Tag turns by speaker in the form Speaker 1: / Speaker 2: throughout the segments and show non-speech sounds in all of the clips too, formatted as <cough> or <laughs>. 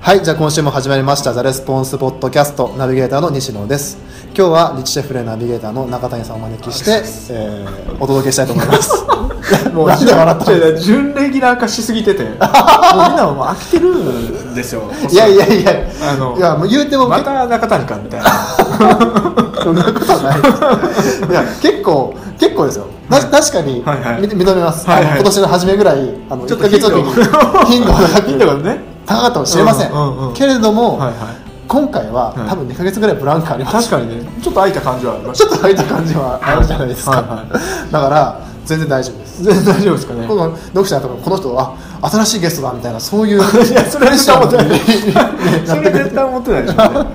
Speaker 1: はい、じゃあ今週も始まりました、ザ・レスポンス・ポッドキャスト、ナビゲーターの西野です。今日はリッチシェフレナビゲーターの中谷さんをお招きして、えーお届けしたいと思います。
Speaker 2: <laughs>
Speaker 1: もう、なんで笑ったの
Speaker 2: 違う違う準レギュラー化しすぎて <laughs> てもうみんなはもう飽きてるんですよ
Speaker 1: いやいやいや、
Speaker 2: あの
Speaker 1: いや、もう言うても、
Speaker 2: また中谷かみたいな <laughs>
Speaker 1: そんなことはない。いや、結構、結構ですよ。な確かに、
Speaker 2: はいはい
Speaker 1: み認めます、
Speaker 2: はいはい
Speaker 1: あの今年の初めぐらい、あの、
Speaker 2: ちょっ
Speaker 1: 1ヶ
Speaker 2: と
Speaker 1: 月おきに
Speaker 2: 頻度
Speaker 1: 頻度が
Speaker 2: <laughs> 頻度がね
Speaker 1: 高かったかもしれません。
Speaker 2: うんうんうん
Speaker 1: けれども、
Speaker 2: はいはい
Speaker 1: 今回は、
Speaker 2: はい
Speaker 1: 多分2ヶ月ぐらいブランクありました
Speaker 2: 確かにねちょっと空いた感じはありまし
Speaker 1: ちょっと入った感じはあるじゃないですか、
Speaker 2: はいは
Speaker 1: だから全然大丈夫です
Speaker 2: た全然大丈夫です <laughs> かね
Speaker 1: この読者のところこの人はあ新しいゲストだみたいなそういう
Speaker 2: <laughs> いやそれは絶対思ってない
Speaker 1: や
Speaker 2: <laughs> そ
Speaker 1: って
Speaker 2: れ
Speaker 1: く
Speaker 2: 絶対思ってないでしょうね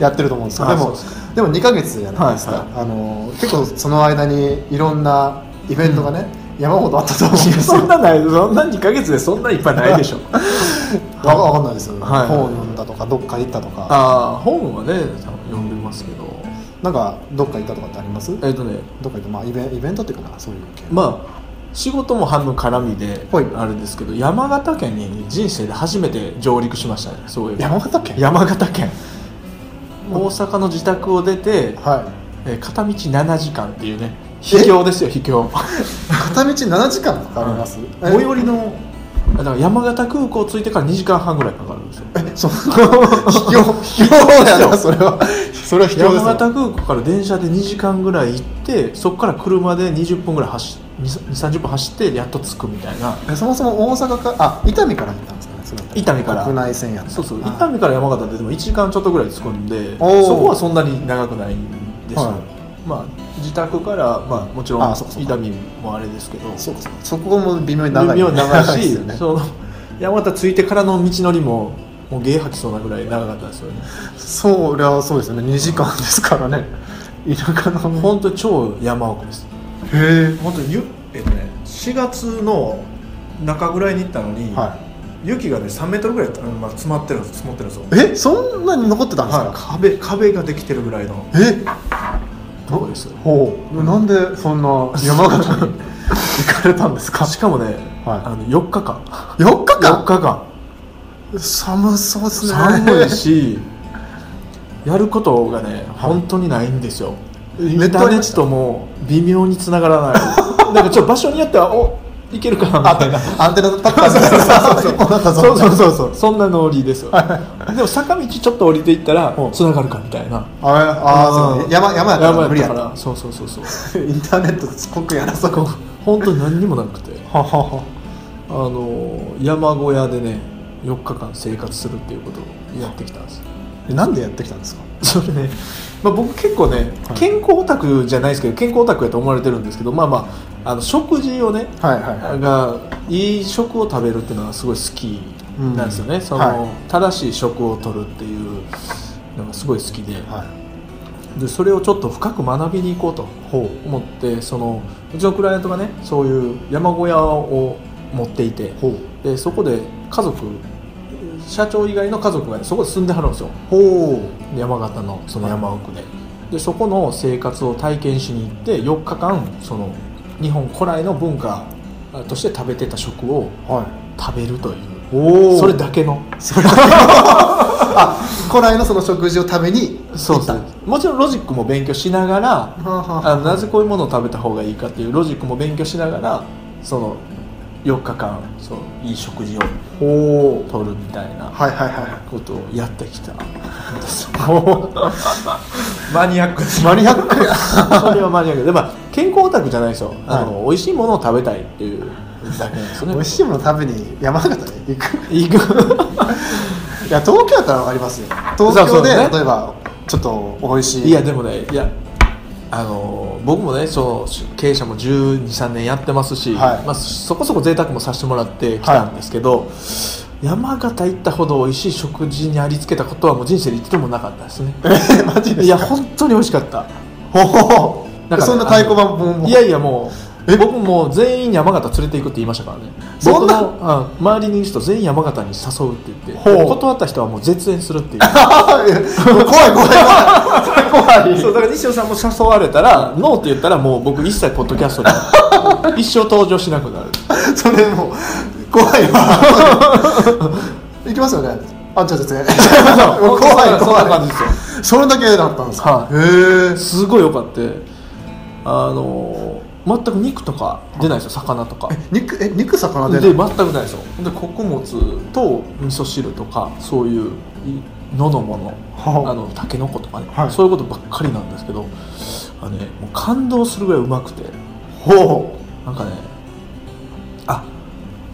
Speaker 1: やってると思うんですけど
Speaker 2: は
Speaker 1: で
Speaker 2: い
Speaker 1: も
Speaker 2: そうで
Speaker 1: でも2か月じゃないですか、
Speaker 2: はいは
Speaker 1: あの結構その間にいろんなイベントがね、山ほどあったと思うん
Speaker 2: い
Speaker 1: で
Speaker 2: や
Speaker 1: す
Speaker 2: <laughs> そん
Speaker 1: よ
Speaker 2: なないそんな2ヶ月でそんないっぱいないでしょ
Speaker 1: わわかんないですよ、
Speaker 2: はい
Speaker 1: 本を読んだとかどっか行ったとか
Speaker 2: <laughs> ああ本はね多分読んでますけど
Speaker 1: なんかどっか行ったとかってありますどっ
Speaker 2: えっとね
Speaker 1: か行って、まあ、イベンイベントっていうかなそういう系
Speaker 2: まあ仕事も半分絡みで
Speaker 1: はい
Speaker 2: あれですけど山形県に人生で初めて上陸しましたねそういえば
Speaker 1: 山形県
Speaker 2: 山形県大阪の自宅を出て、
Speaker 1: はい
Speaker 2: えー片道7時間っていうね秘境ですよ秘境 <laughs>
Speaker 1: 片道7時間かかります、え
Speaker 2: 最寄りのあだから山形空港着いてから2時間半ぐらいかかるんですよ
Speaker 1: えそんな卑怯卑怯やなそれはそれは卑怯で
Speaker 2: 山
Speaker 1: すよ
Speaker 2: 形空港から電車で2時間ぐらい行ってそこから車で20分ぐらい走30分走ってやっと着くみたいな
Speaker 1: えそもそも大阪からあ伊丹から行ったんですかねそれだった
Speaker 2: 伊丹から
Speaker 1: 国内線やった
Speaker 2: そうそう伊
Speaker 1: あ
Speaker 2: 丹から山形ででも1時間ちょっとぐらい着くんでそ
Speaker 1: おー
Speaker 2: こはそんなに長くないんですよ、
Speaker 1: はい
Speaker 2: まあ自宅から、まあ、もちろん
Speaker 1: あそうかそう
Speaker 2: 伊
Speaker 1: か
Speaker 2: 丹もあれですけど
Speaker 1: そうかそうかそこも微妙に長い
Speaker 2: 微妙に長い
Speaker 1: で
Speaker 2: し
Speaker 1: <laughs> すよね
Speaker 2: その山形着いてからの道のりももう芸吐きそうなぐらい長かったですよね
Speaker 1: そりゃそうですよね2時間ですからね田舎の
Speaker 2: 本当に超山奥です
Speaker 1: へ
Speaker 2: 本当にゆえっとね4月の中ぐらいに行ったのに
Speaker 1: え、は
Speaker 2: 雪がね3メートルぐらい、うんまあ、詰まってるんです積もってるんですよ
Speaker 1: い、えそんなに残ってたんですか、
Speaker 2: 壁壁ができてるぐらいの
Speaker 1: え
Speaker 2: とこですよ
Speaker 1: ほう、なんでそんな山形に行かれたんですか
Speaker 2: しかもね、
Speaker 1: はい
Speaker 2: あの4日間
Speaker 1: 4日間
Speaker 2: 4日間
Speaker 1: 寒そうですね
Speaker 2: 寒
Speaker 1: <laughs>
Speaker 2: いし <laughs> やることがね本当にないんですよイ
Speaker 1: ネ
Speaker 2: ン
Speaker 1: ッ
Speaker 2: タ
Speaker 1: トあ
Speaker 2: ー
Speaker 1: り
Speaker 2: ネ
Speaker 1: まし
Speaker 2: ットも微妙に繋がらない
Speaker 1: <laughs>
Speaker 2: なんかちょっと場所によってはおいけるかなみたいな
Speaker 1: アンテナ立ったんですよ。そうそう
Speaker 2: そうそうそうそうそんなノリですよでも坂道ちょっと降りていったら
Speaker 1: うん
Speaker 2: 繋がるかみたいな
Speaker 1: あれあーそうね山山やったら無理や
Speaker 2: 山
Speaker 1: っ
Speaker 2: からそうそうそうそう
Speaker 1: たインターネットすごくやらそこは
Speaker 2: 本当に何にもなくて
Speaker 1: はは
Speaker 2: あの山小屋でね4日間生活するっていうことをやってきたんです
Speaker 1: えなんでやってきたんですか
Speaker 2: <laughs> それね、まあ、僕結構ね
Speaker 1: はい
Speaker 2: 健康オタクじゃないですけど健康オタクやと思われてるんですけどまあまああの食事をね
Speaker 1: はいはいはい
Speaker 2: がいい食を食べるっていうのがすごい好きなんですよね、
Speaker 1: うん
Speaker 2: その
Speaker 1: はい
Speaker 2: 正しい食を取るっていうのがすごい好きで,、
Speaker 1: はい
Speaker 2: でそれをちょっと深く学びに行こうと
Speaker 1: ほ
Speaker 2: 思ってそのうちのクライアントがねそういう山小屋を持っていて
Speaker 1: うほう
Speaker 2: でそこで家族社長以外の家族がねそこで住んではるんですよ
Speaker 1: ほ
Speaker 2: 山形のその山奥で,、でそこの生活を体験しに行って4日間その日本古来の文化として食べてた食を
Speaker 1: うはい
Speaker 2: 食べるという
Speaker 1: お
Speaker 2: それだけの
Speaker 1: それだあ古来のその食事を食べに
Speaker 2: そ
Speaker 1: 行
Speaker 2: う
Speaker 1: った
Speaker 2: そうもちろんロジックも勉強しながら
Speaker 1: はあはあ
Speaker 2: あのなぜこういうものを食べた方がいいかっていうロジックも勉強しながらその4日間そういい食事を
Speaker 1: おお
Speaker 2: とるみたいな
Speaker 1: はいはいは
Speaker 2: ことをやってきたんですよ
Speaker 1: いおー
Speaker 2: マニアックです
Speaker 1: マニアックや
Speaker 2: それはマニアックで、まあ、健康オタクじゃないですよあの、美味しいものを食べたいっていうだけなんですよね
Speaker 1: 美味しいもの食べに山形に行く
Speaker 2: いく <laughs>
Speaker 1: いや東京だったらわかりますよ東
Speaker 2: そうそ
Speaker 1: 京
Speaker 2: う
Speaker 1: で
Speaker 2: ね
Speaker 1: 例えばちょっと美味しい
Speaker 2: いやでもねいやあの僕もねその経営者も1 2 3年やってますし、
Speaker 1: はい
Speaker 2: まあ、そこそこ贅沢もさせてもらってきたんですけど、山形行ったほど美味しい食事にありつけたことはもう人生で一度もなかったですね
Speaker 1: <laughs> マジで
Speaker 2: いや本当に美味しかった
Speaker 1: ほう
Speaker 2: なんかね
Speaker 1: そんな太鼓判もも
Speaker 2: いやいやもう僕もう全員山形連れて行くって言いましたからね
Speaker 1: そんな
Speaker 2: 僕の、うん周りにいる人全員山形に誘うって言って
Speaker 1: ほう
Speaker 2: 断った人はもう絶縁する
Speaker 1: <laughs>
Speaker 2: っていう
Speaker 1: 怖い怖い怖い怖い
Speaker 2: そうだから西尾さんも誘われたらノーって言ったらもう僕一切ポッドキャス
Speaker 1: <laughs>
Speaker 2: トに一生登場しなくなる
Speaker 1: それもう怖いわいきますよねあじゃあ説明
Speaker 2: そ
Speaker 1: <laughs> 怖い
Speaker 2: うそんな
Speaker 1: 怖
Speaker 2: 感
Speaker 1: い
Speaker 2: じですよ
Speaker 1: それだけだったんですか、
Speaker 2: はい
Speaker 1: へえ
Speaker 2: すごい良かったあの全く肉とか出ないですよ魚とか
Speaker 1: 肉え肉魚
Speaker 2: で
Speaker 1: で
Speaker 2: 全くないですよで穀物と味噌汁とかそういうい野のもの
Speaker 1: はあ
Speaker 2: あのたけのことかね、
Speaker 1: はい
Speaker 2: そういうことばっかりなんですけどあの、ね、もう感動するぐらいうまくて
Speaker 1: ほ
Speaker 2: なんかねあ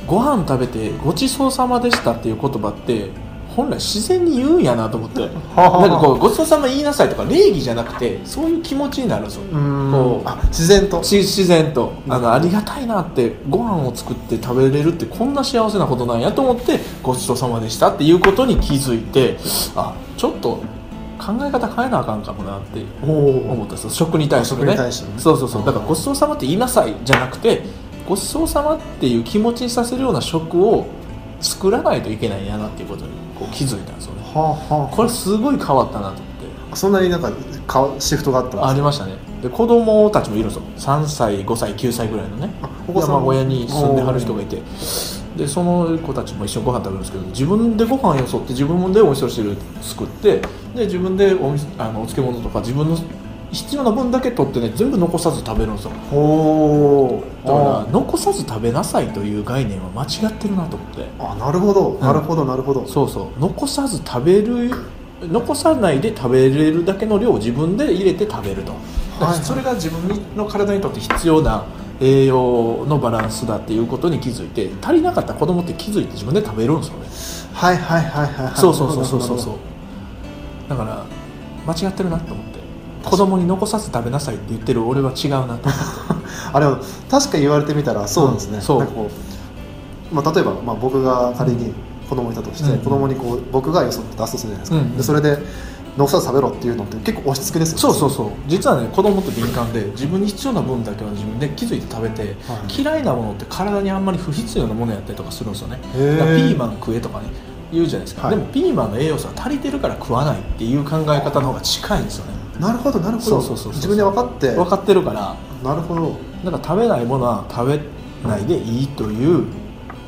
Speaker 2: ご飯食べてごちそうさまでしたっていう言葉って本来自然に言うんやなと思って
Speaker 1: <laughs>
Speaker 2: なん
Speaker 1: あはあ
Speaker 2: かこうごちそうさま言いなさいとか礼儀じゃなくてそういう気持ちになるんですよ
Speaker 1: ううーん
Speaker 2: こう
Speaker 1: あ自然と
Speaker 2: し自然とあのありがたいなってご飯を作って食べれるってこんな幸せなことなんやと思ってごちそうさまでしたっていうことに気づいてあちょっと考え方変えなあかんかもなって
Speaker 1: おお
Speaker 2: 思ったんですよ食に対して
Speaker 1: 食
Speaker 2: ね
Speaker 1: に対してね
Speaker 2: そうそうそうだから
Speaker 1: あー
Speaker 2: ごちそうさまって言いなさいじゃなくてごちそうさまっていう気持ちにさせるような食を作らないといけないんやなっていうことにこう気づいたんですよね
Speaker 1: はあはあ
Speaker 2: これすごい変わったなと思って
Speaker 1: そんなになんかかシフトがあったんですか
Speaker 2: ありましたねで子供たちもいるんですよ3歳5歳9歳ぐらいのね
Speaker 1: あお子さん
Speaker 2: 山小屋に住んではる人がいてでその子たちも一緒にご飯食べるんですけど自分でご飯よそって自分でお味噌汁作ってで自分でおみあのお漬物とか自分の必要な分だけ取ってね全部残さず食べるんですよ
Speaker 1: ほ
Speaker 2: だから
Speaker 1: う
Speaker 2: 残さず食べなさいという概念は間違ってるなと思って
Speaker 1: あなるほどなるほどなるほど、
Speaker 2: そうそう残さず食べる残さないで食べれるだけの量を自分で入れて食べると、だから
Speaker 1: はい
Speaker 2: それが自分の体にとって必要な栄養のバランスだっていうことに気づいて足りなかったら子供って気づいて自分で食べるんですよね、
Speaker 1: はいはいはいはいはい
Speaker 2: そうそうそうそうそう
Speaker 1: なるほどなるほど
Speaker 2: だから間違ってるなと思って子供に残さず食べなさいって言ってる俺は違うなと思って
Speaker 1: あれは確かに言われてみたらそうなんですね、
Speaker 2: うんそう
Speaker 1: なんかこう、まあ、例えば、まあ、僕が仮に子供いたとして、
Speaker 2: うん
Speaker 1: 子供にこう僕がよそって出すとするじゃないですか、
Speaker 2: うん
Speaker 1: でそれで残さず食べろっていうのって結構押し付けですよね
Speaker 2: そうそうそう実はね子供って敏感で自分に必要な分だけは自分で気づいて食べて、
Speaker 1: はい
Speaker 2: 嫌いなものって体にあんまり不必要なものやったりとかするんですよねだか
Speaker 1: へー
Speaker 2: らピーマン食えとかね言うじゃないですか、
Speaker 1: はい
Speaker 2: でもピーマンの栄養素は足りてるから食わないっていう考え方の方が近いんですよね
Speaker 1: なるほどなるほど
Speaker 2: そうそうそうそう
Speaker 1: 自分で分かって
Speaker 2: 分かってるから
Speaker 1: なるほど
Speaker 2: だから食べないものは食べないでいいという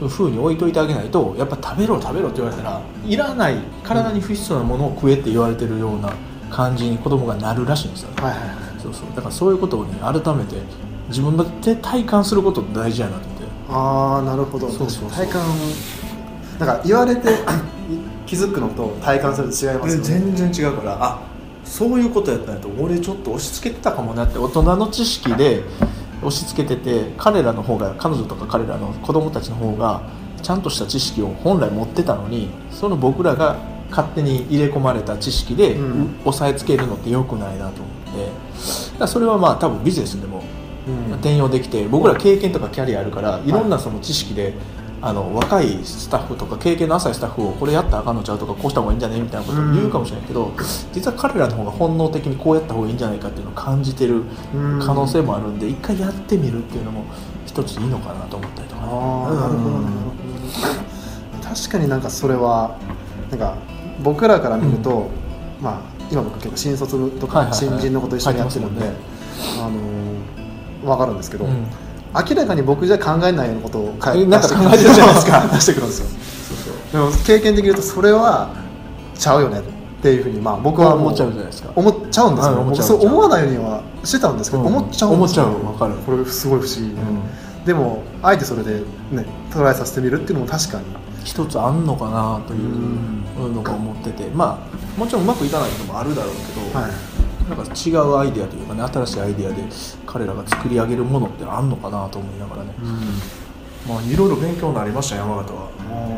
Speaker 2: ふうに置いといてあげないとやっぱ食べろ食べろって言われたらいらない体に不必要なものを食えって言われてるような感じに子供がなるらしいんですよね
Speaker 1: はいはいはい
Speaker 2: そうそうだからそういうことをね改めて自分で体感することって大事やなと思って
Speaker 1: ああなるほど
Speaker 2: そうそうそう
Speaker 1: 体感なんか言われて <coughs> 気づくのと体感すると違いますよね
Speaker 2: 全然違うからあそういうことやったんやと俺ちょっと押し付けてたかもなって大人の知識で押し付けてて彼らの方が彼女とか彼らの子供たちの方がちゃんとした知識を本来持ってたのにその僕らが勝手に入れ込まれた知識で、
Speaker 1: うん
Speaker 2: 押さえつけるのって良くないなと思ってだからそれはまあ多分ビジネスでも
Speaker 1: うん
Speaker 2: 転用できて僕ら経験とかキャリアあるからいろんなその知識であの若いスタッフとか経験の浅いスタッフをこれやったらあかんのちゃうとかこうした方がいいんじゃねみたいなことを言うかもしれないけど実は彼らの方が本能的にこうやった方がいいんじゃないかっていうのを感じてる
Speaker 1: うん
Speaker 2: 可能性もあるんで一回やってみるっていうのも一ついいのかなと思ったりとかね
Speaker 1: ああなるほどなるほど確かになんかそれはなんか僕らから見ると、まあ今僕結構新卒と
Speaker 2: はい
Speaker 1: か
Speaker 2: はいはい
Speaker 1: 新人のこと一緒にやってるんで、
Speaker 2: 入って
Speaker 1: あのー、分かるんですけど、
Speaker 2: うん
Speaker 1: 明らかに僕じゃ考えないようなことをか
Speaker 2: えなん
Speaker 1: 出し
Speaker 2: か
Speaker 1: てく
Speaker 2: 考えてるじゃないです
Speaker 1: <laughs>
Speaker 2: か
Speaker 1: 出してくるんですよでも経験的に言うとそれはちゃうよねっていうふうにまあ僕はも
Speaker 2: 思っちゃうじゃないですか
Speaker 1: 思っちゃうんですけど、
Speaker 2: はい思っ
Speaker 1: 僕
Speaker 2: ちゃう
Speaker 1: そう思わないようにはしてたんですけど、
Speaker 2: うん
Speaker 1: 思っちゃうんですよ
Speaker 2: 思っちゃうわかる
Speaker 1: これすごい不思議で、でもあえてそれでねトライさせてみるっていうのも確かに
Speaker 2: 一つあんのかなといううのが思っててまあもちろんうまくいかないこともあるだろうけど、
Speaker 1: はい
Speaker 2: なんか違うアイデアというかね新しいアイデアで彼らが作り上げるものってあんのかなと思いながらね、まあいろいろ勉強になりました山形は
Speaker 1: あ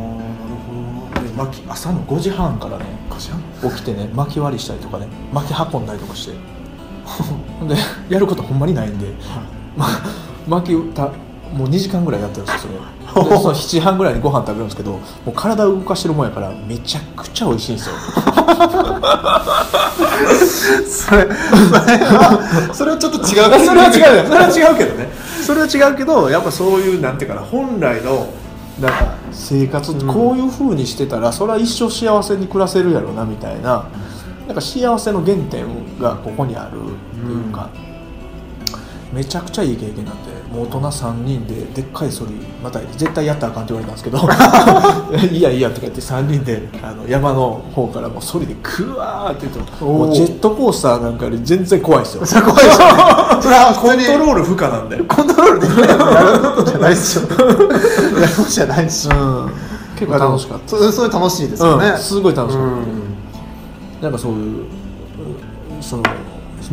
Speaker 1: あな
Speaker 2: で薪朝の5時半からね
Speaker 1: るほどじゃ
Speaker 2: 起きてね薪割りしたりとかね薪運んだりとかして <laughs> ほんでやることほんまにないんで、ま、薪をたもう2時間ぐらいやってるんですよそれでその7時半ぐらいにご飯食べるんですけどもう体を動かしてるもんやからめちゃくちゃ美味しいんですよ
Speaker 1: それそれ
Speaker 2: <laughs>
Speaker 1: はそれはちょっと違う
Speaker 2: それは違うよそれは違うけどねそれは違うけどやっぱそういうなんていうかな本来のなんか生活、
Speaker 1: うん
Speaker 2: こういうふうにしてたらそれは一生幸せに暮らせるやろなみたいななんか幸せの原点がここにあるっていうか、めちゃくちゃいい経験なんでもう大人3人ででっかいそりまたいで絶対やったらあかんって言われたんですけど <laughs> いやいやとか言って3人であの山の方からもうそりでクワーって言うと
Speaker 1: おー
Speaker 2: もうジェットコースターなんかより全然怖いですよ
Speaker 1: それ怖いですよねそれは
Speaker 2: コ
Speaker 1: 普
Speaker 2: ン
Speaker 1: 通
Speaker 2: ト
Speaker 1: に
Speaker 2: ロール不可なんだよ、
Speaker 1: コントロールできないのやることじゃないですよやることじゃないし
Speaker 2: うん、結構楽しかっ
Speaker 1: そ
Speaker 2: た
Speaker 1: れそれ楽しいですよね、
Speaker 2: うんすごい楽しかった
Speaker 1: うん
Speaker 2: なんかそういううんその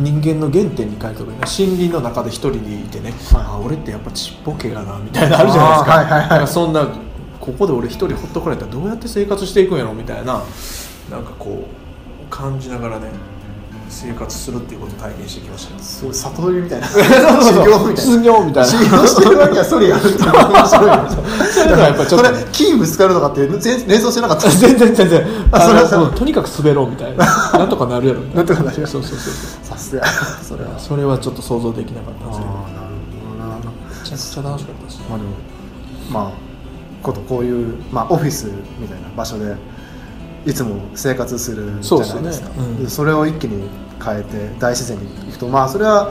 Speaker 2: 人間の原点に帰った時に森林の中で一人でいてね、あ俺ってやっぱちっぽけやなみたいなあるじゃないです
Speaker 1: あ
Speaker 2: か,、
Speaker 1: ーはいはいはい
Speaker 2: なんかそんなここで俺一人ほっとかれたらどうやって生活していくんやろみたいななんかこう感じながらね生活するっていうことを体験してきましたね
Speaker 1: すごい悟りみた
Speaker 2: <laughs>
Speaker 1: いな修行みたいな
Speaker 2: 失業みたいな
Speaker 1: 修行してる割にはソリやるって面白い
Speaker 2: <laughs>
Speaker 1: ですよ
Speaker 2: そういうのはやっぱちょっ
Speaker 1: それ
Speaker 2: とね
Speaker 1: 木ぶつかるとかって全然連想してなかった
Speaker 2: <laughs> 全然全然
Speaker 1: あそれは
Speaker 2: あのうんとにかく滑ろうみ
Speaker 1: <laughs>
Speaker 2: たいななんとかなるやろみた
Speaker 1: な
Speaker 2: いな
Speaker 1: んとかなるやろ
Speaker 2: そうそうそうそ
Speaker 1: さすがそれは
Speaker 2: うそれはちょっと想像できなかったん
Speaker 1: あ
Speaker 2: ですけど
Speaker 1: あなるほどな
Speaker 2: めちゃくちゃ楽しかったですね
Speaker 1: まあでもまあことこういう、まあ、オフィスみたいな場所でいつも生活するじゃないですか
Speaker 2: そう
Speaker 1: そ
Speaker 2: ですねうん
Speaker 1: それを一気に変えて大自然に行くとまあそれは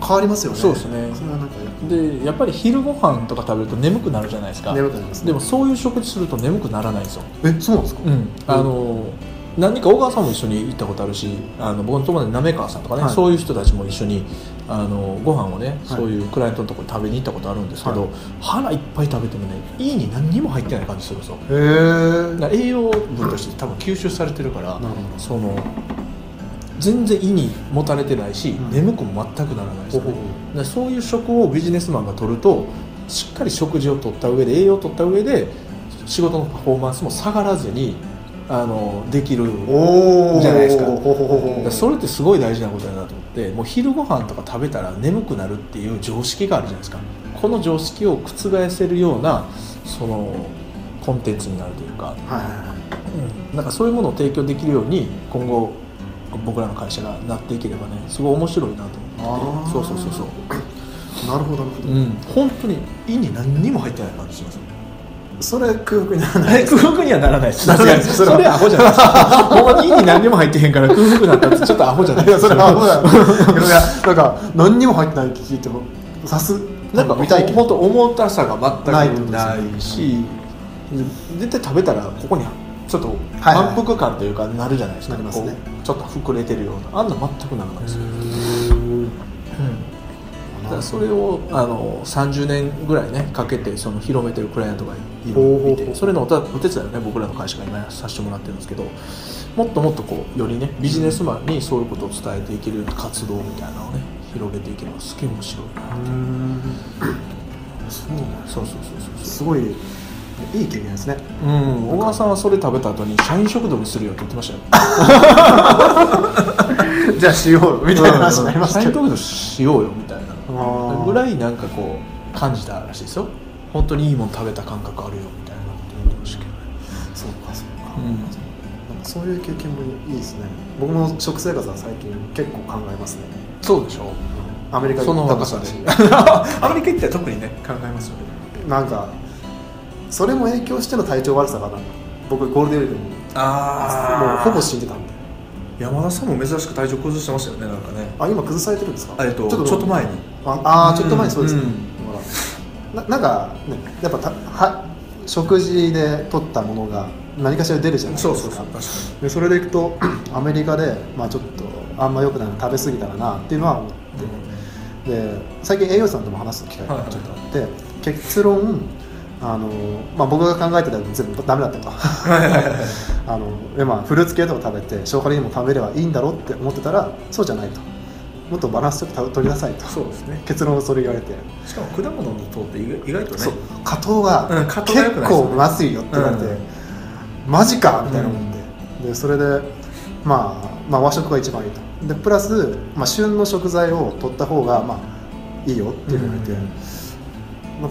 Speaker 1: 変わりますよね
Speaker 2: そうですね
Speaker 1: それはなんか
Speaker 2: でやっぱり昼ご飯とか食べると眠くなるじゃないですか
Speaker 1: 眠くなりますね
Speaker 2: でもそういう食事すると眠くならないんですよ、
Speaker 1: えそうなんですか、
Speaker 2: うん、あの何か小川さんも一緒に行ったことあるしあの僕の友達の滑川さんとかね、
Speaker 1: はい
Speaker 2: そういう人たちも一緒にあのご飯をね、
Speaker 1: はい
Speaker 2: そういうクライアントのところに食べに行ったことあるんですけど、
Speaker 1: はい
Speaker 2: 腹いっぱい食べてもね胃に何にも入ってない感じするんですよ
Speaker 1: へえ
Speaker 2: だから栄養分として多分吸収されてるから
Speaker 1: なるほど
Speaker 2: その全然胃にもたれてないし、
Speaker 1: ん
Speaker 2: 眠くも全くならないですよね
Speaker 1: ほうほうほ
Speaker 2: だからそういう食をビジネスマンが取るとしっかり食事を取った上で栄養を取った上で仕事のパフォーマンスも下がらずにあのできる
Speaker 1: おお
Speaker 2: じゃないですか
Speaker 1: ほほほ
Speaker 2: だか
Speaker 1: ほ
Speaker 2: らそれってすごい大事なことだなと思ってもう昼ご飯とか食べたら眠くなるっていう常識があるじゃないですかこの常識を覆せるようなそのコンテンツになるというか
Speaker 1: はいはいはい
Speaker 2: なんかそういうものを提供できるように今後僕らの会社がなっていければねすごい面白いなと思って
Speaker 1: あー
Speaker 2: そうそうそうそう、
Speaker 1: なるほどなるほど、
Speaker 2: うん、本当に胃に何にも入ってない感じします
Speaker 1: それ空腹にならない
Speaker 2: え空腹にはなら <laughs> ないです
Speaker 1: ならないです
Speaker 2: それそれアホじゃないですかほんまに胃に何にも入ってへんから空腹だったってちょっとアホじゃない
Speaker 1: い
Speaker 2: で
Speaker 1: や
Speaker 2: す
Speaker 1: そ
Speaker 2: か
Speaker 1: れはアホだよいやなんか何にも入ってないって聞いてもさす
Speaker 2: なんか
Speaker 1: 見たいけ
Speaker 2: 本当重たさが全く
Speaker 1: な
Speaker 2: ない
Speaker 1: ってこと
Speaker 2: い
Speaker 1: です
Speaker 2: し
Speaker 1: ね
Speaker 2: 絶対食べたらここにちょっと
Speaker 1: はいはい
Speaker 2: 満腹感というかなるじゃないですか、
Speaker 1: なりますね
Speaker 2: こうちょっと膨れてるようなあんな全くならないですよ、うんだからそれをあの30年ぐらいねかけてその広めてるクライアントがい
Speaker 1: ほうほうほ
Speaker 2: る
Speaker 1: う
Speaker 2: いてそれのおたお手伝いをね僕らの会社が今させてもらってるんですけどもっともっとこうよりねビジネスマンにそういうことを伝えていけるような活動みたいなのをね広げていけばすげえ面白いな
Speaker 1: そうなん
Speaker 2: そうそうそうそう
Speaker 1: すごいいい経験ですね
Speaker 2: うん、小川さんはそれ食べた後に社員食堂にするよって言ってました <laughs> よ。
Speaker 1: じゃあしようみたいな話になります
Speaker 2: 社員
Speaker 1: けど、
Speaker 2: 食堂しようよみたい
Speaker 1: あ
Speaker 2: な
Speaker 1: ー
Speaker 2: ぐらいなんかこう感じたらしいですよ。本当にいいもん食べた感覚あるよみたいなこと言ってましたけどね。
Speaker 1: そうかそうか,、
Speaker 2: うん
Speaker 1: なんかそういう経験もいいですね僕も食生活は最近結構考えますね
Speaker 2: そうでしょ。
Speaker 1: アメリカ
Speaker 2: その
Speaker 1: 行った
Speaker 2: 若
Speaker 1: 時
Speaker 2: さ
Speaker 1: に
Speaker 2: で。 <laughs> アメリカ行って特にね考えますよね。
Speaker 1: なんかそれも影響しての体調悪さかな僕ゴールデンウィークにもう
Speaker 2: ああ。
Speaker 1: ほぼ死んでたんで
Speaker 2: 山田さんも珍しく体調崩してましたよねなんかね。
Speaker 1: あ今崩されてるんですか
Speaker 2: あえっとちょっと前に
Speaker 1: ああーちょっと前にそうですね、
Speaker 2: う
Speaker 1: ほらななんかねやっぱたは食事で取ったものが何かしら出るじゃないです
Speaker 2: そ
Speaker 1: か
Speaker 2: うそうそう確かに。
Speaker 1: でそれでいくと <clears throat> アメリカで、まあ、ちょっとあんま良くないの食べ過ぎたらなっていうのは思って、で最近栄養士さんとも話す機会がちょっとあって、結論あの、まあ、僕が考えてたやつ全部ダメだったと <laughs> あので、まあ、フルーツ系とか食べて消化にも食べればいいんだろうって思ってたらそうじゃないともっとバランスよく食べ取りなさいと
Speaker 2: そうですね。
Speaker 1: 結論をそれ言われて、
Speaker 2: しかも果物の糖って意外意外とね。
Speaker 1: そう加糖
Speaker 2: う
Speaker 1: が
Speaker 2: ん加糖が
Speaker 1: 結
Speaker 2: 良くないですね
Speaker 1: 構まずいよって言われて、
Speaker 2: うん
Speaker 1: マジかみたいな思って、でそれで、まあ、まあ和食が一番いいとでプラス、まあ、旬の食材を取った方がまあいいよって言われて、
Speaker 2: うん
Speaker 1: なんかまあ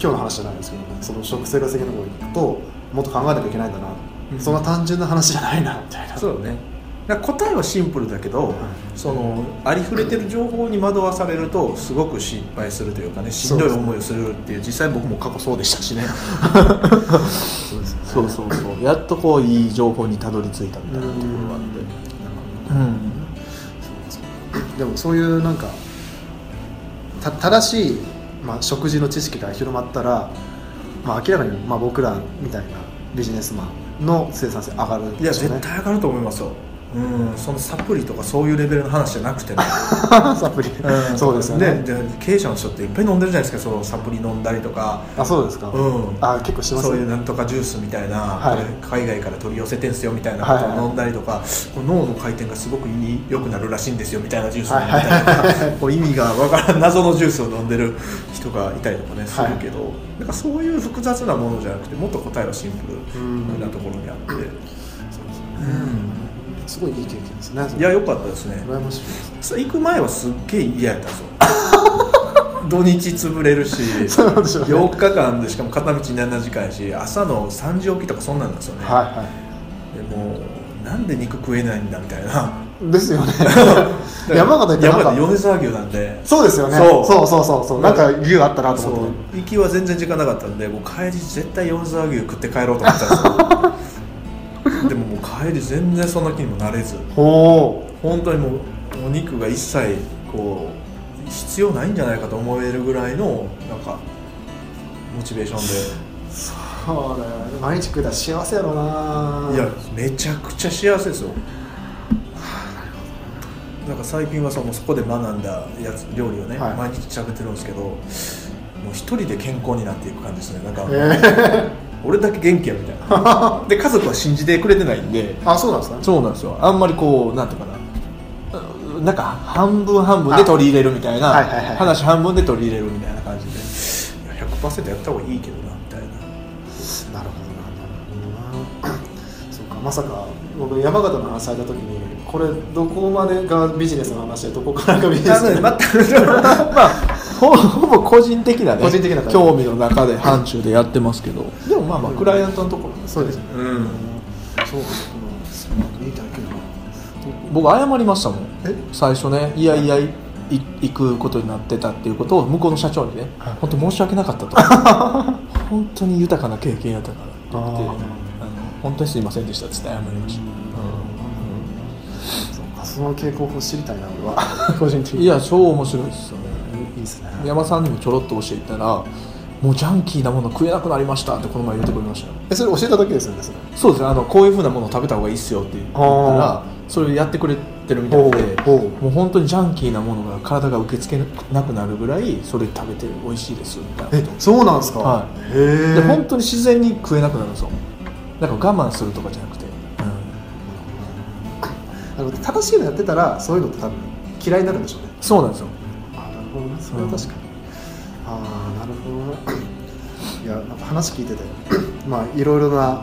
Speaker 1: 今日の話じゃないですけどねその食生活的なことに行くともっと考えなきゃいけないんだな、
Speaker 2: うん
Speaker 1: そんな単純な話じゃないなみたいな
Speaker 2: そうねだから答えはシンプルだけど、そのありふれてる情報に惑わされるとすごく心配するというかねしんどい思いをするっていう実際僕も過去そうでしたしね
Speaker 1: そうですよね
Speaker 2: <laughs> そうそうそうやっとこういい情報にたどり着いたみたいなところがあってうん
Speaker 1: でもそういうなんかた正しいまあ、食事の知識が広まったら、まあ、明らかに、まあ、僕らみたいなビジネスマンの生産性上がるん
Speaker 2: いや
Speaker 1: でしょうね
Speaker 2: 絶対上がると思いますようんそのサプリとかそういうレベルの話じゃなくてね
Speaker 1: サプリ、
Speaker 2: う
Speaker 1: <laughs>
Speaker 2: ん
Speaker 1: そうですよね
Speaker 2: で経営者の人っていっぱい飲んでるじゃないですかそのサプリ飲んだりとか
Speaker 1: あそうですか、
Speaker 2: うん
Speaker 1: あ結構します
Speaker 2: そういう
Speaker 1: ね
Speaker 2: なんとかジュースみたいな、
Speaker 1: はい
Speaker 2: 海外から取り寄せてんすよみたいなことを飲んだりとか、こう脳の回転がすごくいい良くなるらしいんですよみたいなジュースを飲んだりとか、こう意味がわからん謎のジュースを飲んでる人がいたりとかねするけど、なんかそういう複雑なものじゃなくてもっと答えはシンプルなところにあって、
Speaker 1: すごいいい経験ですね
Speaker 2: いや良かったですね
Speaker 1: 羨ましいです
Speaker 2: それ行く前はすっげえ嫌
Speaker 1: <laughs>
Speaker 2: やったんですよ土日潰れるし
Speaker 1: そうでしょうね
Speaker 2: 4日間でしかも片道7時間やし朝の3時起きとかそんなんなんですよね、
Speaker 1: はいは
Speaker 2: でもうなんで肉食えないんだみたいな
Speaker 1: いです
Speaker 2: <laughs>
Speaker 1: よね <laughs> 山形行ってなん
Speaker 2: 山
Speaker 1: か
Speaker 2: 形米沢牛なんで
Speaker 1: そうですよね
Speaker 2: そ
Speaker 1: そううそうそうそうなんか理由あったなと
Speaker 2: そ
Speaker 1: 思っ
Speaker 2: う
Speaker 1: て
Speaker 2: 行きは全然時間なかったんでもう帰り絶対米沢牛食って帰ろうと思ったんで
Speaker 1: <laughs>
Speaker 2: すよでももう帰り全然そんな気にもなれず
Speaker 1: ほ
Speaker 2: 本当にもうお肉が一切こう必要ないんじゃないかと思えるぐらいのなんかモチベーション
Speaker 1: うそうだよ毎日食うたら幸せやろうな
Speaker 2: でいやめちゃくちゃ幸せですよなんか最近はそのそこで学んだやつ料理をね、
Speaker 1: はい
Speaker 2: 毎日食べてるんですけどもう一人で健康になっていく感じですねなんか、
Speaker 1: え
Speaker 2: 俺だけ元気やみたい
Speaker 1: <laughs>
Speaker 2: なで家族は信じてくれてないんで
Speaker 1: ー、あそうなんですね
Speaker 2: そうなんですよあんまりこうなんていうかなうなんか半分半分で取り入れるみたいな、
Speaker 1: はいはいはいはい
Speaker 2: 話半分で取り入れるみたいな感じでいや100%やった方がいいけどなみたいな
Speaker 1: なるほどななるほどなそうかまさか僕山形の話された時にこれどこまでがビジネスの話でどこからがビジネ
Speaker 2: な
Speaker 1: ス
Speaker 2: ので
Speaker 1: の
Speaker 2: <laughs> またまあほほぼ個人的なね
Speaker 1: 個人的な感じ
Speaker 2: 興味の中で範疇でやってますけどでもまあまあ
Speaker 1: うん
Speaker 2: クライアントのところ
Speaker 1: そうですよね
Speaker 2: うん
Speaker 1: そうかそうかいい体験だな
Speaker 2: 僕謝りましたもん
Speaker 1: え
Speaker 2: 最初ねいやいやい行くことになってたっていうことを向こうの社長にね、
Speaker 1: はい
Speaker 2: 本当申し訳なかっ
Speaker 1: <laughs>
Speaker 2: たと本当に豊かな経験やったからって言っ
Speaker 1: あー
Speaker 2: てあの本当にすいませんでしたっつって謝りました、
Speaker 1: そうかその傾向を知りたいな俺は個人的
Speaker 2: い
Speaker 1: に
Speaker 2: や超面白いですよね
Speaker 1: いいですね
Speaker 2: 山さんにもちょろっと教えたらもうジャンキーなもの食えなくなりましたってこの前言ってくれましたよ
Speaker 1: えそれ教えただけですよねそれ
Speaker 2: そうですねあのこういうふうなものを食べた方がいいっすよって言ったら
Speaker 1: あ
Speaker 2: それやってくれてるみたいで
Speaker 1: ほうほう
Speaker 2: もう本当にジャンキーなものが体が受け付けなくなるぐらいそれ食べて美味しいですみたいな
Speaker 1: え
Speaker 2: こと
Speaker 1: そうなんですか、
Speaker 2: は
Speaker 1: へえ
Speaker 2: で本当に自然に食えなくなるんですよなんか我慢するとかじゃなくて、
Speaker 1: あの正しいのやってたらそういうのって多分嫌いになるんでしょうね
Speaker 2: そうなんですよ
Speaker 1: あなるほどねそれは確かに、ああなるほどねいやなんか話聞いて <coughs> てまあいろいろな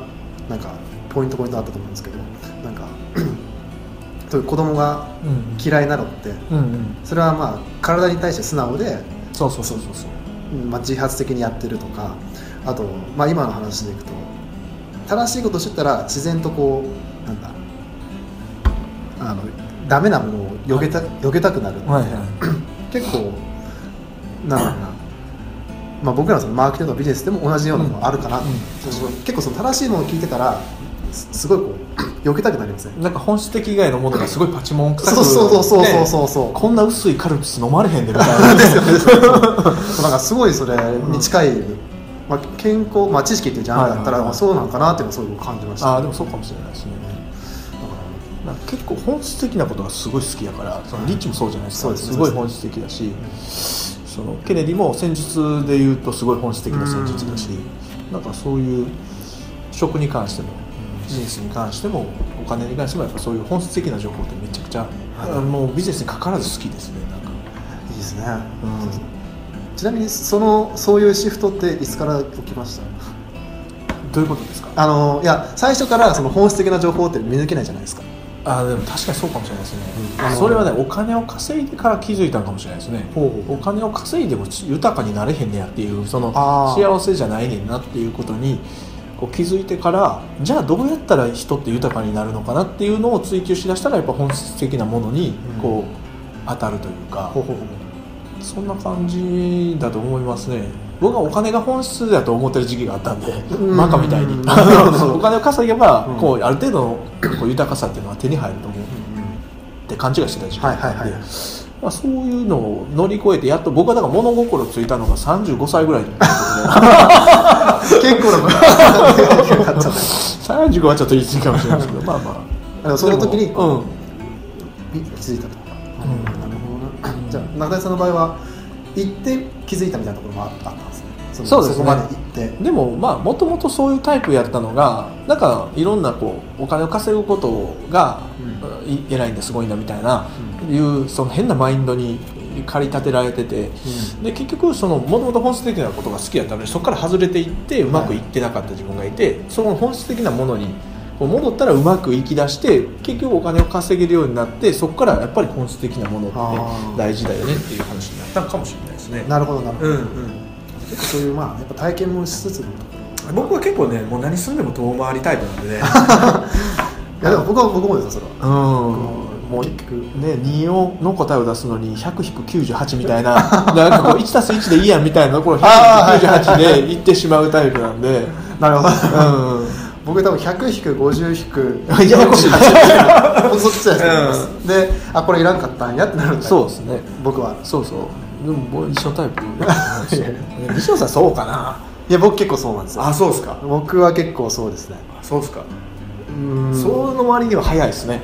Speaker 1: なんかポイントポイントあったと思うんですけどなんか <coughs> そういう子供が
Speaker 2: うん
Speaker 1: 嫌いなのって
Speaker 2: うんうん
Speaker 1: それはまあ体に対して素直で、
Speaker 2: そうそうそうそうそう
Speaker 1: うんまあ、自発的にやってるとかあと、まあ、今の話でいくと正しいことをしてたら自然とこうなんだあのダメなものを避けた,、避けたくなるって、
Speaker 2: はいは
Speaker 1: 結構なんだろうな、まあ、僕らのそのマーケティングとかビジネスでも同じようなのがあるかな、
Speaker 2: うんうん
Speaker 1: 結構その正しいものを聞いてたらすすごいこう避けたくなりますね
Speaker 2: いなんか本質的以外のものがすごいパチモン臭く
Speaker 1: そうそうそうそうそうそ
Speaker 2: う
Speaker 1: うそう
Speaker 2: こんな薄いカルピス飲まれへんでみたい
Speaker 1: <laughs>
Speaker 2: な
Speaker 1: ですよねですよねそうなんかすごいそれに近い、まあ、健康、まあ、知識っていうジャンルだった
Speaker 2: はいはい
Speaker 1: ら、
Speaker 2: はい
Speaker 1: まあ、そうなのかなっていうのをすごく感じました
Speaker 2: ああでもそうかもしれないですねなんか結構本質的なことがすごい好きだからそのリッチもそうじゃないです
Speaker 1: そ
Speaker 2: か
Speaker 1: うです
Speaker 2: すごい本質的だしそのケネディも戦術でいうとすごい本質的な戦術だしなんかそういう食に関してもビジネスに関してもお金に関してもやっぱそういう本質的な情報ってめちゃくちゃ、
Speaker 1: はい
Speaker 2: あもうビジネスにかかわらず好きですねなんか、
Speaker 1: いいですね、
Speaker 2: う
Speaker 1: ちなみにそのそういうシフトっていつから起きました
Speaker 2: ん、どういうことですか
Speaker 1: あのいや最初からその本質的な情報って見抜けないじゃないですか
Speaker 2: あでも確かにそうかもしれないですね、
Speaker 1: うんあの
Speaker 2: それはねお金を稼いでから気づいたのかもしれないですね
Speaker 1: ほうほう
Speaker 2: お金を稼いでも豊かになれへんねやっていうその
Speaker 1: あー
Speaker 2: 幸せじゃないねんなっていうことにこう気づいてからじゃあどうやったら人って豊かになるのかなっていうのを追求しだしたらやっぱ本質的なものに
Speaker 1: うん
Speaker 2: こう、当たるというか
Speaker 1: ほうほうほう
Speaker 2: そんな感じだと思いますね僕はお金が本質だと思ってる時期があったんで、
Speaker 1: ん
Speaker 2: マカみたい
Speaker 1: <laughs>
Speaker 2: に
Speaker 1: うん
Speaker 2: あのお金を稼げば、
Speaker 1: うん
Speaker 2: こうある程度のこう豊かさっていうのは手に入ると思うって勘違いしてた時期があったんで、
Speaker 1: はいはいはい
Speaker 2: まあ、そういうのを乗り越えてやっと僕はだから物心ついたのが35歳ぐらい
Speaker 1: <laughs>
Speaker 2: に
Speaker 1: 結構な分
Speaker 2: <laughs>
Speaker 1: かっちゃっ
Speaker 2: 35はちょっと言い過ぎかもしれないですけどまあま
Speaker 1: たでも
Speaker 2: あ
Speaker 1: その時に
Speaker 2: でも
Speaker 1: い気づいたと、
Speaker 2: うん
Speaker 1: なるほどなじゃあ中谷さんの場合は行って気づいたみたいなところもあったんですねその
Speaker 2: そうですね
Speaker 1: そこまで行って
Speaker 2: うん、でもまあもともとそういうタイプやったのがなんかいろんなこうお金を稼ぐことが、い偉いんですごいんだみたいな、いうその変なマインドに駆り立てられてて、で結局そのもともと本質的なことが好きだったのにそこから外れていってうまくいってなかった自分がいて、その本質的なものにこう戻ったらうまくいきだして結局お金を稼げるようになってそこからやっぱり本質的なもの
Speaker 1: あー
Speaker 2: って大事だよねっていう話になったのかもしれないですね。
Speaker 1: なるほどなるほ
Speaker 2: う
Speaker 1: ど、
Speaker 2: んうん
Speaker 1: 結構そういうまあやっぱ体験もしつつのところ
Speaker 2: 僕は結構ねもう何すんでも遠回りタイプなんでね
Speaker 1: いやでも僕は僕もですよそれは、
Speaker 2: うんもう
Speaker 1: 結局
Speaker 2: ね2をの答えを出すのに100-98みたいな <laughs> なんかこう1たす1でいいやんみたいな <laughs> ところを
Speaker 1: あー
Speaker 2: 198でいってしまうタイプ <laughs> なんで
Speaker 1: なるほど
Speaker 2: うん
Speaker 1: 僕多分100引く50引く
Speaker 2: <laughs> いやややこしい
Speaker 1: もうそっちじゃないですか、であこれいらんかったんやってなるんだ
Speaker 2: そうですね
Speaker 1: 僕は
Speaker 2: そうそうでも僕一緒タイ <laughs> プなんですよ西野さんそうかない
Speaker 1: や僕結構そうなんですよ
Speaker 2: あそうですか
Speaker 1: 僕は結構そうですね
Speaker 2: そうですか
Speaker 1: うん
Speaker 2: そうの割には早いですね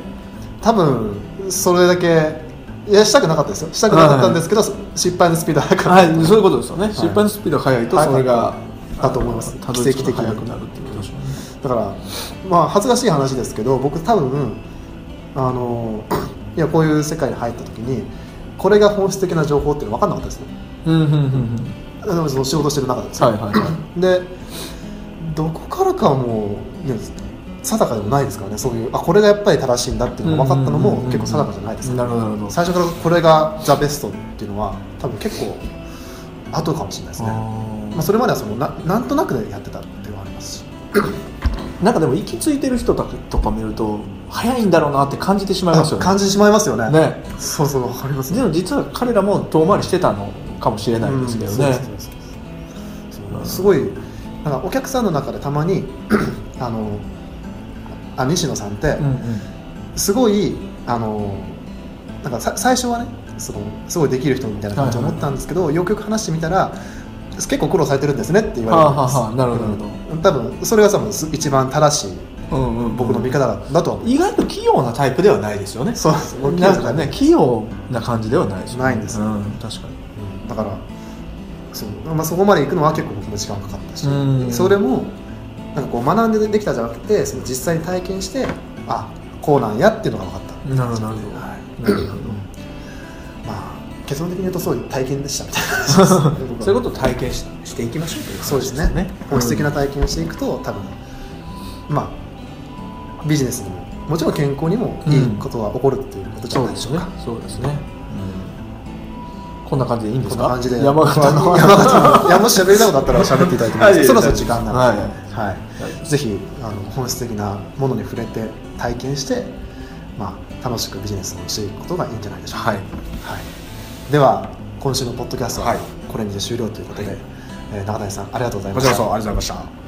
Speaker 1: 多分それだけいやしたくなかったですよしたくなかったんですけど、失敗のスピードは速か
Speaker 2: は
Speaker 1: っ
Speaker 2: いそういうことですよね失敗のスピードが速いと
Speaker 1: はい
Speaker 2: それが
Speaker 1: だと思います
Speaker 2: たどり
Speaker 1: 奇
Speaker 2: 着く
Speaker 1: 跡的
Speaker 2: のが
Speaker 1: に
Speaker 2: 速くなるっていうことでしょうね
Speaker 1: ただからまあ恥ずかしい話ですけど僕多分あのいやこういう世界に入った時にこれが本質的な情報っていうの分かんなかったですね
Speaker 2: うんうんうんうん
Speaker 1: あのその仕事してる中でですよ
Speaker 2: はいはいは
Speaker 1: でどこからかもう、ね、定かでもないですからねそういうあこれがやっぱり正しいんだって
Speaker 2: い
Speaker 1: いうのが分かったのも結構定かじゃないです
Speaker 2: ね
Speaker 1: から
Speaker 2: なるほどなるほど
Speaker 1: 最初からこれがザベストっていうのは多分結構後かもしれないですねまあ、それまではそのななんとなくでやってたっていうのはありますし
Speaker 2: なんかでも行き着いてる人とかとか見ると早いんだろうなって感じてしまいますよね
Speaker 1: 感じてしまいますよね
Speaker 2: ね
Speaker 1: そうそう分かります
Speaker 2: でも実は彼らも遠回りしてたのかもしれないですけどね、
Speaker 1: うんそうそうそうそうすごいなんかお客さんの中でたまに <clears throat> あのあ西野さんって
Speaker 2: うん
Speaker 1: すごい、あのなんかさ最初はねそのすごいできる人みたいな感じを思ったんですけど、よくよく話してみたら結構苦労されてるんですねって言われるんです
Speaker 2: はあはあはあなるほどなる
Speaker 1: うん多分それが多分す一番正しい
Speaker 2: うんうんうん
Speaker 1: 僕の見方だ,、とは思う
Speaker 2: 意外と器用なタイプではないですよね
Speaker 1: そうです僕
Speaker 2: なんかね器用な感じではないですよね
Speaker 1: ないんです
Speaker 2: うん、確かに
Speaker 1: うんだからそう、まあ、そこまで行くのは結構僕も時間かかったし、
Speaker 2: うん
Speaker 1: それもなんかこう学んでできたじゃなくてその実際に体験してあこうなんやっていうのが分かった
Speaker 2: なるほどなるほど
Speaker 1: はい
Speaker 2: なるほどなる
Speaker 1: まあ結論的に言うとそういう体験でしたみたいな感じ
Speaker 2: ほ
Speaker 1: で
Speaker 2: ど
Speaker 1: す
Speaker 2: <laughs> そういうことを体験ししていきましょうという
Speaker 1: そうですね本質的な
Speaker 2: うん
Speaker 1: 体験をしていくと多分まあビジネスにももちろん健康にもいいことが起こるっていうことじゃ
Speaker 2: そう
Speaker 1: ない
Speaker 2: で
Speaker 1: ですしょう
Speaker 2: ね
Speaker 1: か、
Speaker 2: そうですね、こんな感じでいいんです
Speaker 1: こん
Speaker 2: か
Speaker 1: な感じで
Speaker 2: 山形の
Speaker 1: 山形のいやもし喋りたいことあったら喋っていただいてもいいですそろそろ時間なので、
Speaker 2: はい
Speaker 1: はい、ぜひあの本質的なものに触れて体験して、まあ、楽しくビジネスをしていくことがいいんじゃないでしょうか、
Speaker 2: <laughs> はい
Speaker 1: はいでは今週のポッドキャストはこれにて終了ということで、
Speaker 2: はい
Speaker 1: えー中谷さんありがとうござい
Speaker 2: こ
Speaker 1: ま
Speaker 2: ち
Speaker 1: し
Speaker 2: ら
Speaker 1: た
Speaker 2: こそありがとうございました